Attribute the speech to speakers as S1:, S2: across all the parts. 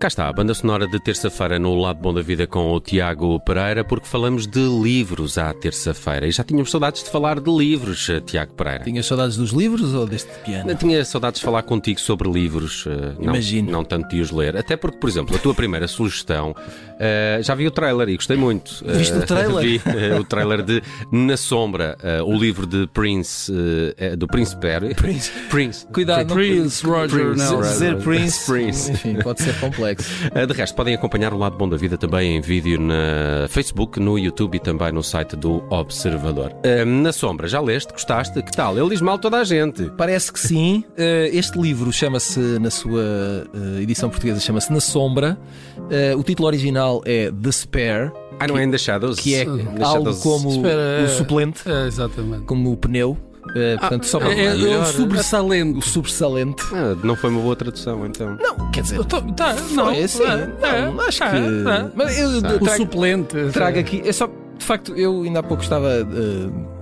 S1: Cá está, a banda sonora de terça-feira no Lado Bom da Vida com o Tiago Pereira, porque falamos de livros à terça-feira. E já tínhamos saudades de falar de livros, eh, Tiago Pereira.
S2: Tinhas saudades dos livros ou deste
S1: Eu
S2: piano?
S1: tinha saudades de falar contigo sobre livros. eh, não-
S2: Imagino.
S1: Não, tanto de os ler. Até porque, por exemplo, a tua primeira sugestão, eh, já vi o trailer e gostei muito. Eh,
S2: Viste o trailer?
S1: Vi eh, o trailer de Na Sombra, eh, o livro de Prince, eh, eh, do Prince Perry. Prince. Prince.
S2: Cuidado, não-
S3: Prince Roger,
S1: Prince,
S3: não.
S1: Roger.
S2: Dizer Prince,
S1: Prince.
S2: enfim, pode ser complexo.
S1: Eh, De resto, podem acompanhar o Lado Bom da Vida também em vídeo na Facebook, no YouTube e também no site do Observador. Eh, Na Sombra, já leste? Gostaste? Que tal? Ele diz mal toda a gente.
S2: Parece que sim. Eh, Este livro chama-se, na sua eh, edição portuguesa, chama-se Na Sombra. Eh, O título original é The Spare,
S1: Ah, não é ainda Shadows?
S2: que é
S1: Ainda
S2: algo
S1: Shadows.
S2: como
S3: Espera,
S1: eh.
S2: o
S3: é-
S2: suplente,
S3: É, exatamente.
S2: como o pneu. Eh, Portanto, só para
S3: é, é
S2: melhor.
S3: o sobressalente.
S2: o sobressalente.
S1: Ah, não foi uma boa tradução, então.
S2: Não, quer dizer,
S3: Tá, tá, não,
S2: é assim.
S3: é,
S2: Não,
S3: é,
S2: acho
S3: é,
S2: que.
S3: é.
S2: Mas eu
S1: Ah.
S3: O
S2: trago-
S3: suplente.
S2: trago aqui. É só, de facto, eu ainda há pouco estava eh,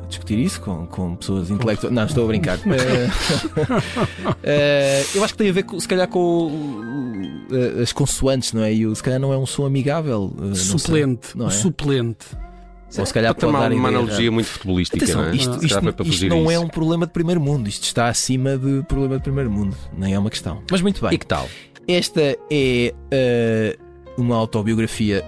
S2: a discutir isso com, com pessoas intelectuais. Não, estou a brincar.
S1: é
S2: Eh, eh, eu acho que tem a ver, com, se calhar, com o- o- eh, as consoantes, não é? E o- se calhar não é um som amigável. eh, não sei.
S3: Suplente.
S2: não
S3: o
S2: é?
S3: suplente.
S2: Ou se calhar
S1: Está uma,
S2: pode dar
S1: uma
S2: ideia
S1: analogia muito futebolística,
S2: Atenção,
S1: não é?
S2: isto,
S1: Se
S2: isto-
S1: calhar foi para
S2: isto
S1: fugir
S2: não
S1: a
S2: é
S1: isso.
S2: um problema de primeiro mundo, isto está acima de problema de primeiro mundo, nem é uma questão. Mas muito bem.
S1: E que tal?
S2: Esta é eh, uma autobiografia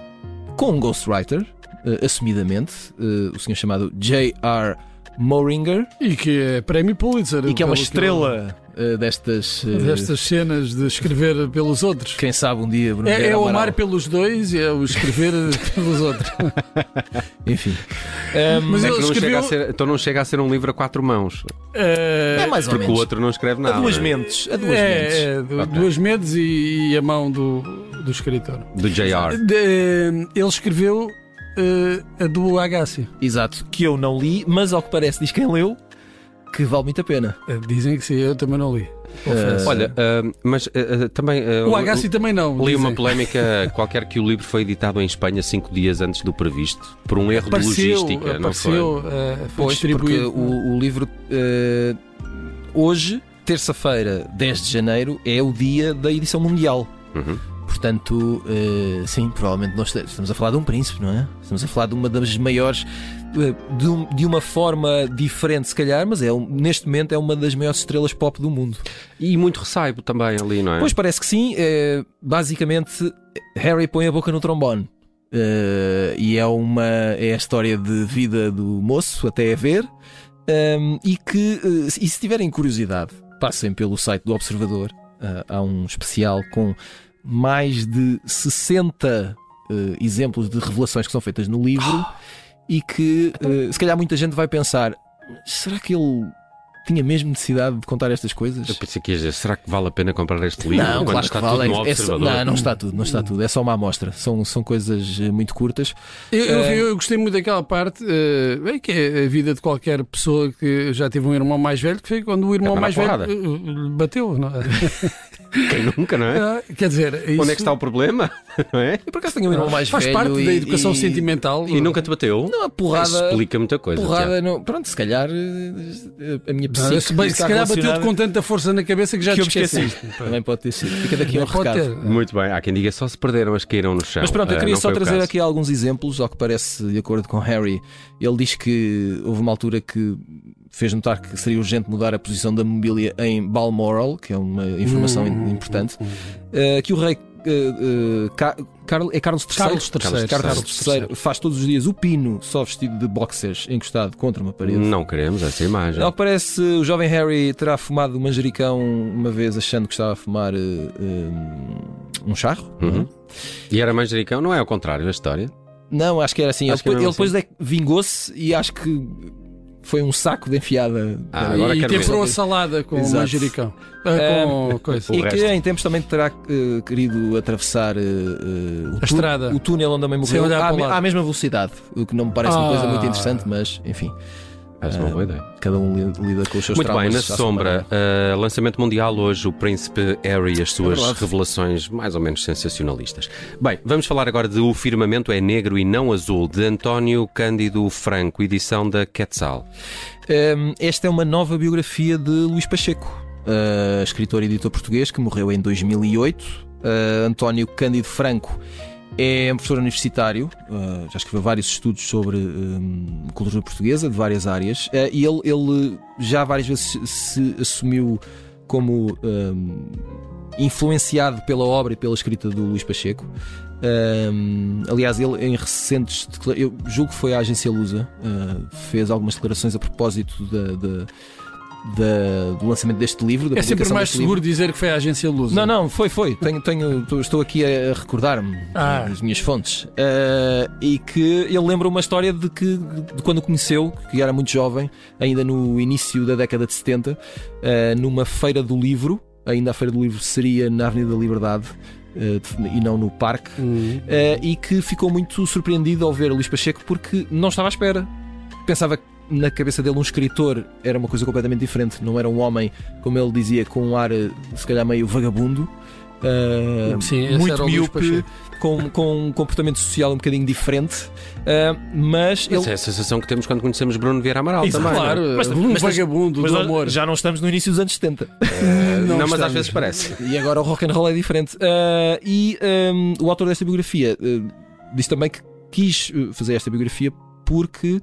S2: com um ghostwriter, eh, assumidamente, eh, o senhor chamado J.R. Moringer,
S3: E que é prémio Pulitzer.
S2: e que é uma
S3: pelo
S2: estrela eh, destas. eh,
S3: eu- Destas cenas de escrever pelos outros.
S2: Quem sabe um dia, Bruno
S3: É,
S2: Vieira
S3: é o
S2: Amaral.
S3: amar pelos dois e é o escrever pelos outros.
S2: Enfim.
S3: Mas
S1: É que
S3: ele
S1: não chega
S3: escreveu.
S2: um-
S1: a ser- então não chega a ser um livro a quatro mãos,
S3: eh,
S2: É mais ou
S1: porque o
S2: menos.
S1: outro não escreve
S2: A
S1: nada.
S2: duas
S1: não é?
S2: mentes. A duas mentes.
S3: é, é, du-
S1: Ok.
S3: duas medes e, e a mão do, do escritor.
S1: Do JR.
S3: De- ele escreveu eh, a do Agassi.
S2: Exato. Que eu não li, mas ao que parece, diz quem leu, que vale muito a pena.
S3: Eh, Dizem que sim, eu também não li.
S2: Eh,
S1: Olha, ah, mas ah, ah, também. ah,
S3: O Agassi também não.
S1: Li uma
S3: dizem.
S1: polémica qualquer que o livro foi editado em Espanha cinco dias antes do previsto, por um erro de
S3: Apareceu,
S1: logística, não foi?
S3: apareceu, eh, foi
S2: Pois, porque
S3: distribuído.
S2: o, o livro eh, hoje, terça-feira, 10 de janeiro, é o dia da edição mundial.
S1: Uhum.
S2: Portanto, eh, sim, provavelmente nós te- estamos a falar de um príncipe, não é? Estamos a falar de uma das maiores, eh, de, um- de uma forma diferente, se calhar, mas é um- neste momento é uma das maiores estrelas pop do mundo.
S1: E muito recebo também ali, não é?
S2: Pois parece que sim, eh, basicamente Harry põe a boca no trombone. Eh, e é uma é a história de vida do moço até a ver Ahm, e que eh, e se tiverem curiosidade passem pelo site do Observador Ah, há um especial com mais de 60 eh, exemplos de revelações que são feitas no livro e que eh, se calhar muita gente vai pensar será que ele tinha mesmo necessidade de contar estas coisas
S1: Eu pensei que ias dizer, será que vale a pena comprar este livro?
S2: não,
S1: quando
S2: claro
S1: está
S2: que vale.
S1: tudo no
S2: É só-
S1: observador?
S2: não, não está tudo, não está tudo. É só uma amostra. São, são coisas eh, muito curtas.
S3: Eu, eu-
S2: Eh,
S3: eu gostei muito daquela parte, eh, bem, que é a vida de qualquer pessoa que já teve um irmão mais velho, que foi quando o irmão
S1: Acaba na
S3: mais velho
S1: porrada.
S3: eh, lhe bateu. não é?
S1: Quem nunca, não é?
S3: Ah, Quer dizer, isso
S1: Onde é que está o problema? Não é?
S2: Eu por acaso tenho um irmão mais
S3: faz
S2: velho.
S3: parte
S2: e-
S3: da educação
S2: e-
S3: sentimental.
S1: E nunca te bateu?
S2: Não, a
S1: Isso
S2: porrada.
S1: explica muita coisa. Tiago.
S2: porrada não, pronto, se calhar eh, a minha
S3: Não,
S2: psique
S3: se, bem, se
S2: está
S3: calhar bateu-te
S2: relacionada-
S3: com tanta força na cabeça que já
S2: Que eu
S3: te
S2: me
S3: esqueci.
S2: Também pode ter sido. Fica daqui um
S3: Pode
S2: recado.
S3: ter.
S1: Muito bem, há quem diga só se perderam as que caíram no chão.
S2: Mas pronto, eu
S1: Ah,
S2: queria
S1: não
S2: só
S1: foi o
S2: trazer
S1: caso.
S2: aqui alguns exemplos, ao que parece, de acordo com Harry. Ele diz que houve uma altura que fez notar que seria urgente mudar a posição da mobília em Balmoral, que é uma informação
S3: Hum,
S2: importante.
S3: hum, hum.
S2: Uh, que o rei uh, uh, Ca- Carl- é Carlos III,
S3: Carlos III.
S2: Carlos
S3: Carlos
S2: III, faz todos os dias o pino só vestido de boxers encostado contra uma parede.
S1: Não queremos essa imagem.
S2: Ao que parece, o jovem Harry terá fumado manjericão uma vez achando que estava a fumar uh, um, um charro.
S1: Uhum. E era manjericão, não é ao contrário a história?
S2: Não, acho que era assim.
S1: Acho que
S2: ele
S1: era
S2: ele
S1: assim.
S2: depois é que vingou-se e acho que foi um saco de enfiada.
S1: Ah, agora
S3: e
S1: quero ver.
S3: temperou a salada com
S2: Exato. É.
S3: manjericão. Ah, com coisa.
S1: o
S2: e que
S1: resto.
S2: em tempos também terá uh, querido atravessar uh, uh, o
S3: A estrada.
S2: o túnel onde a mãe
S3: Sem
S2: morreu
S3: olhar
S2: à,
S3: para o
S2: me-
S3: lado.
S2: à mesma velocidade, o que não me parece uma coisa
S3: Ah.
S2: muito interessante, mas enfim.
S1: Parece uma boa ideia.
S2: Cada um li- lida com os seus
S1: Muito bem,
S2: traumas
S1: na
S2: à sua
S1: sombra,
S2: maneira.
S1: uh, lançamento mundial hoje, o Príncipe Harry e as suas
S2: É verdade.
S1: revelações mais ou menos sensacionalistas. Bem, vamos falar agora de O Firmamento é Negro e Não Azul, de António Cândido Franco, edição da Quetzal.
S2: Hum, esta é uma nova biografia de Luís Pacheco, uh, escritor e editor português que morreu em 2008. Uh, António Cândido Franco é um professor universitário, uh, já escreveu vários estudos sobre hum, cultura portuguesa de várias áreas uh, e ele, ele já várias vezes se- se assumiu como hum, influenciado pela obra e pela escrita do Luís Pacheco. Hum, aliás, ele em recentes decla- eu julgo que foi a agência Lusa, uh, fez algumas declarações a propósito da- da- da- do lançamento deste livro. Da
S3: É sempre
S2: publicação
S3: mais
S2: deste livro.
S3: seguro dizer que foi a agência Lusa.
S2: Não, não, foi, foi. Tenho, tenho, tô- estou aqui a recordar-me
S3: Ah.
S2: as minhas fontes. Eh, e que ele lembra uma história de que de quando o conheceu, que era muito jovem, ainda no início da década de 70, eh, numa feira do livro, ainda a feira do livro seria na Avenida da Liberdade eh, de- e não no parque.
S3: Hum.
S2: Eh, e que ficou muito surpreendido ao ver Luís Pacheco porque não estava à espera. Pensava que na cabeça dele um escritor era uma coisa completamente diferente, não era um homem, como ele dizia, com um ar eh, se calhar meio vagabundo. eh,
S3: Sim, esse
S2: muito
S3: era o Luís
S2: miúpe,
S3: Pacheco.
S2: com, com um comportamento social um bocadinho diferente, eh, mas ele
S1: Essa é a sensação que temos quando conhecemos Bruno Vieira Amaral
S2: Isso,
S1: também. é?
S3: Claro,
S2: Mas-
S3: um
S2: mas-
S3: vagabundo
S2: mas
S3: do
S2: nós
S3: amor.
S2: já não estamos no início dos anos 70.
S1: não,
S3: não
S1: mas às
S3: estamos.
S1: vezes parece.
S2: E agora o rock and roll é diferente. Ah, e ahm, o autor desta biografia ah, diz também que quis ah, fazer esta biografia porque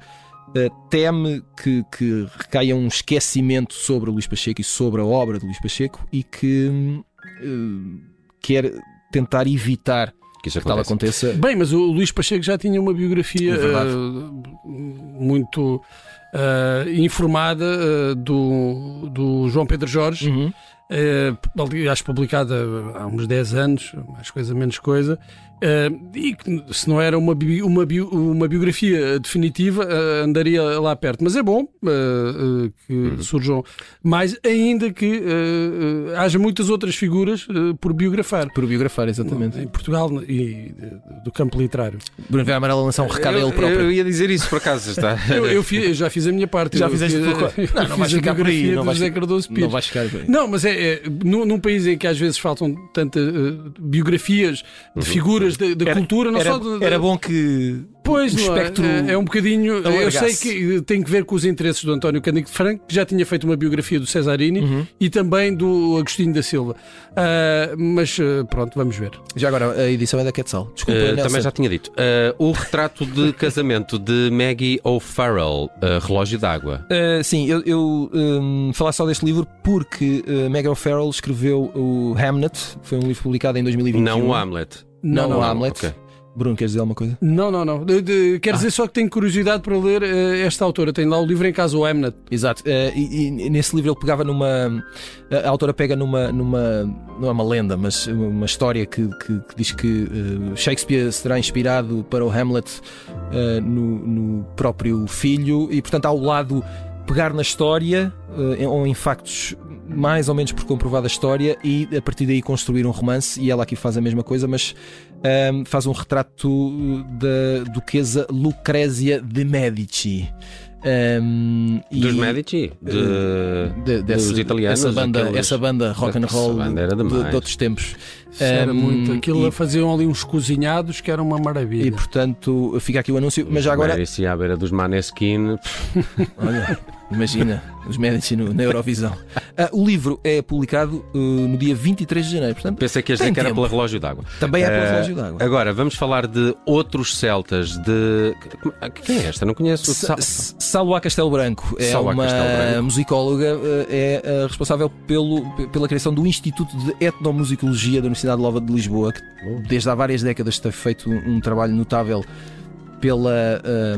S2: ah, teme que, que recaia um esquecimento sobre o Luís Pacheco e sobre a obra de Luís Pacheco e que hum, ah, quer tentar evitar
S1: Que isso
S2: que tal
S1: acontece.
S2: aconteça.
S3: Bem, mas o Luís Pacheco já tinha uma biografia
S2: É verdade.
S3: eh, muito eh, informada eh, do, do João Pedro Jorge,
S2: Uhum.
S3: eh, aliás, publicada há uns 10 anos, mais coisa, menos coisa, eh, e que se não era uma, bi- uma, bi- uma biografia definitiva, eh, andaria lá perto. Mas é bom eh, eh, que
S2: Uhum.
S3: surjam mais, ainda que eh, eh, haja muitas outras figuras eh, por biografar.
S2: Por biografar, exatamente.
S3: Em Portugal e eh, do campo literário.
S2: Bruno Vieira Amaral lançou um recado a ele próprio.
S1: Eu ia dizer isso por acaso, está.
S3: Eu, eu fi- eu já fiz a minha parte.
S2: Já
S3: Eu
S2: fizeste
S3: fiz,
S2: a tua co-
S3: eu
S2: Não, não
S3: fiz
S2: vais
S3: a
S2: ficar por aí,
S3: biografia
S2: não
S3: do
S2: vais-
S3: José Cardoso Pires.
S2: não vai chegar bem.
S3: Não, mas é, é, num, num país em que às vezes faltam tantas biografias de figuras da da
S2: Uhum. Era-
S3: cultura, não
S2: Era,
S3: só de-
S2: era bom que
S3: Pois,
S2: o
S3: não é?
S2: espectro
S3: é, é um bocadinho. Eu sei
S2: alargasse.
S3: que eh, tem que ver com os interesses do António Cândido Franco, que já tinha feito uma biografia do Cesarini
S2: Uhum.
S3: e também do Agostinho da Silva. Ah, mas ah, pronto, vamos ver.
S2: Já agora, a edição é da Quetzal. Desculpa,
S1: Uh,
S2: Nelson.
S1: também já tinha dito. Uh, o retrato de casamento de Maggie O'Farrell, uh, Relógio d'Água.
S2: Uh, sim, eu, eu um, falar só deste livro porque uh, Megan O'Farrell escreveu o Hamnet, que foi um livro publicado em 2021.
S1: Não o Hamlet.
S2: Não,
S3: não.
S2: o
S3: não.
S2: Hamlet.
S1: ok.
S2: Bruno, queres dizer alguma coisa?
S3: Não, não, não. De- de-
S2: Ah.
S3: quer dizer só que tenho curiosidade para ler eh, esta autora. Tem lá o livro em casa, o Hamnet.
S2: Exato. Uh, e, e nesse livro ele pegava numa. A autora pega numa. numa não é uma lenda, mas uma história que, que- que diz que uh, Shakespeare será inspirado para o Hamlet uh, no, no próprio filho e, portanto, ao lado pegar na história uh, em- ou em factos mais ou menos por comprovada história e a partir daí construir um romance e ela aqui faz a mesma coisa mas um, faz um retrato uh, da duquesa Lucrézia de Medici Um, e-
S1: Dos Medici. De...
S2: de- dessa-
S1: dos italianos,
S2: essa banda,
S1: aqueles-
S2: essa banda rock and
S1: Essa
S2: roll
S1: banda era
S2: de,
S1: demais.
S2: de outros tempos
S3: Era
S2: Um,
S3: muito. Aquilo
S2: e-
S3: faziam ali uns cozinhados que era uma
S2: e
S3: maravilha.
S2: portanto fica aqui o anúncio mas já agora
S1: Mary à beira dos Maneskin. Pff,
S2: Olha, imagina os Medici no- na Eurovisão. Ah, o livro é publicado eh, no dia 23 de janeiro, portanto,
S1: Pensei que ias
S2: Tem
S1: dizer que era
S2: tempo.
S1: pela Relógio d'Água.
S2: também é pelo
S1: Eh,
S2: relógio d'água.
S1: Agora, vamos falar de outros celtas de... Quem é esta? Não conheço. Sa-
S2: Sa- S- Salwa Castelo Branco é
S1: Salwa
S2: uma
S1: Castelo Branco.
S2: musicóloga, eh, é eh, responsável pelo, pe- pela criação do Instituto de Etnomusicologia da Universidade Nova de Lisboa, que
S1: Bom.
S2: desde há várias décadas tem feito um, um trabalho notável pela. eh,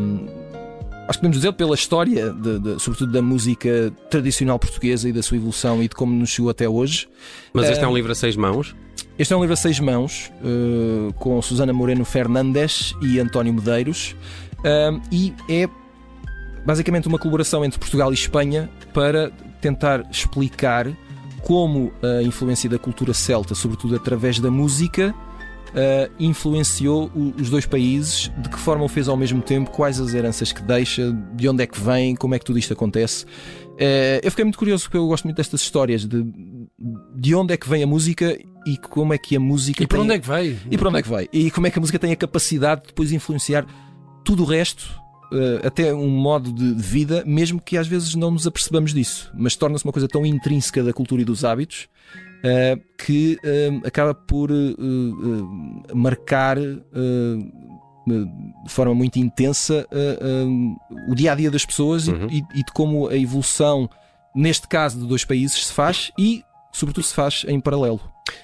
S2: Acho que podemos dizer pela história, de- de- sobretudo da música tradicional portuguesa e da sua evolução e de como nos chegou até hoje.
S1: Mas este é um
S2: eh,
S1: livro a seis mãos.
S2: Este é um livro a seis mãos, eh, com Susana Moreno Fernandes e António Medeiros, eh, e é basicamente uma colaboração entre Portugal e Espanha para tentar explicar como a influência da cultura celta, sobretudo através da música, eh, influenciou o- os dois países, de que forma o fez ao mesmo tempo, quais as heranças que deixa, de onde é que vem, como é que tudo isto acontece. Eh, eu fiquei muito curioso porque eu gosto muito destas histórias de, de onde é que vem a música e como é que a música
S3: E para
S2: tem-
S3: onde é que vai?
S2: e para onde é que vai? E como é que a música tem a capacidade de depois influenciar tudo o resto, eh, até um modo de de vida, mesmo que às vezes não nos apercebamos disso, mas torna-se uma coisa tão intrínseca da cultura e dos hábitos eh, que eh, acaba por eh, eh, marcar. eh, de forma muito intensa eh, eh, o dia a dia das pessoas e-
S1: Uhum.
S2: e, e de como a evolução, neste caso de dois países, se faz e, sobretudo, se faz em paralelo.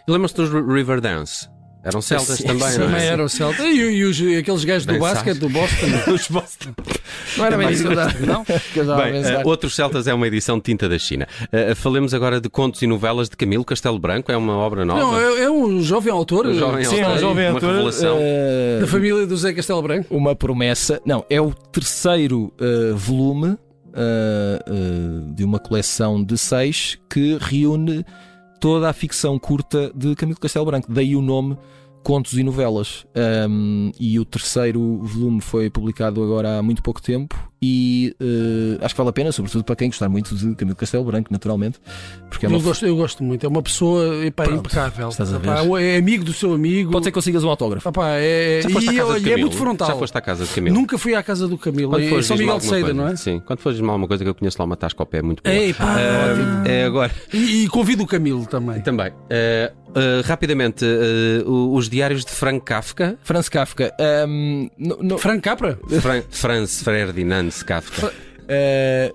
S1: E Lembram-se dos Riverdance? Eram celtas
S2: Sim,
S1: também, não
S3: Também
S1: é?
S3: era o Celta. E, e os, aqueles gajos do
S1: Bem,
S3: basquete,
S1: sabes?
S3: do Boston.
S1: Os Boston.
S2: Não era bem isso que eu estava-
S3: Não?
S2: que eu estava a
S1: É Bem,
S2: pensar.
S1: eh, Outros Celtas é uma edição de tinta da China. Eh, falemos agora de contos e novelas de Camilo Castelo Branco, é uma obra nova.
S3: Não, é, é um jovem autor. eh,
S1: Um jovem
S4: Sim, é um
S1: autor,
S4: jovem
S1: uma
S4: autor,
S1: revelação.
S2: Eh,
S3: Da família do Zé Castelo Branco.
S2: uma promessa. Não, é o terceiro eh, volume eh, eh, de uma coleção de seis que reúne toda a ficção curta de Camilo Castelo Branco. Daí o nome Contos e Novelas. Ahm, e o terceiro volume foi publicado agora há muito pouco tempo e eh, acho que vale a pena, sobretudo para quem gostar muito de Camilo Castelo Branco, naturalmente, porque é uma
S3: eu, gosto, eu gosto muito. É uma pessoa epá,
S2: Pronto,
S3: impecável.
S2: estás a
S3: Epá,
S2: ver.
S3: é amigo do seu amigo.
S2: Pode ser que consigas um autógrafo.
S3: Epá, é,
S1: Já foste à
S3: e
S1: casa de
S3: olha, é
S1: Camilo?
S3: muito frontal.
S1: Já foste à casa de Camilo?
S3: Nunca fui à casa do Camilo.
S1: Quando
S3: É
S1: fores
S3: São
S1: diz-me
S3: Miguel de
S1: alguma
S3: Seida,
S1: coisa.
S3: não é?
S1: Sim, quando fores diz-me alguma coisa que eu conheço lá uma tasca ao pé é muito boa.
S3: Ei, pá, ótimo.
S1: Ah, é agora.
S3: E, e convido o Camilo também.
S1: Também. eh, eh, rapidamente, eh, o- os diários de Frank Kafka.
S2: Franz Kafka. ahm, no- no-
S3: Frank Capra?
S1: Fran Franz Ferdinand Kafka.
S2: Uh,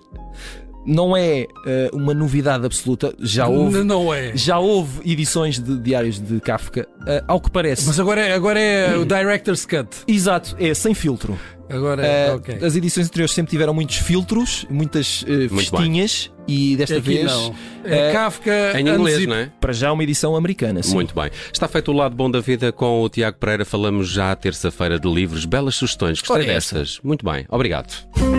S2: não é uh, uma novidade absoluta. Já houve,
S3: N- Não é.
S2: já houve edições de diários de Kafka, uh, ao que parece.
S3: Mas agora é, agora é o Director's Cut.
S2: Exato, é sem filtro.
S3: Agora é.
S1: Eh,
S2: Uh,
S3: ok.
S2: As edições anteriores sempre tiveram muitos filtros, muitas uh,
S1: bem.
S2: festinhas, e desta
S3: Aqui
S2: vez,
S3: não. É
S2: eh,
S3: Kafka
S1: Em inglês,
S3: antes e-
S1: não é?
S2: para já, uma edição americana. Sim.
S1: Muito bem. Está feito o lado bom da vida com o Tiago Pereira. Falamos já à terça-feira de livros. Belas sugestões. Gostei
S2: Ora, essa.
S1: dessas. Muito bem. Obrigado.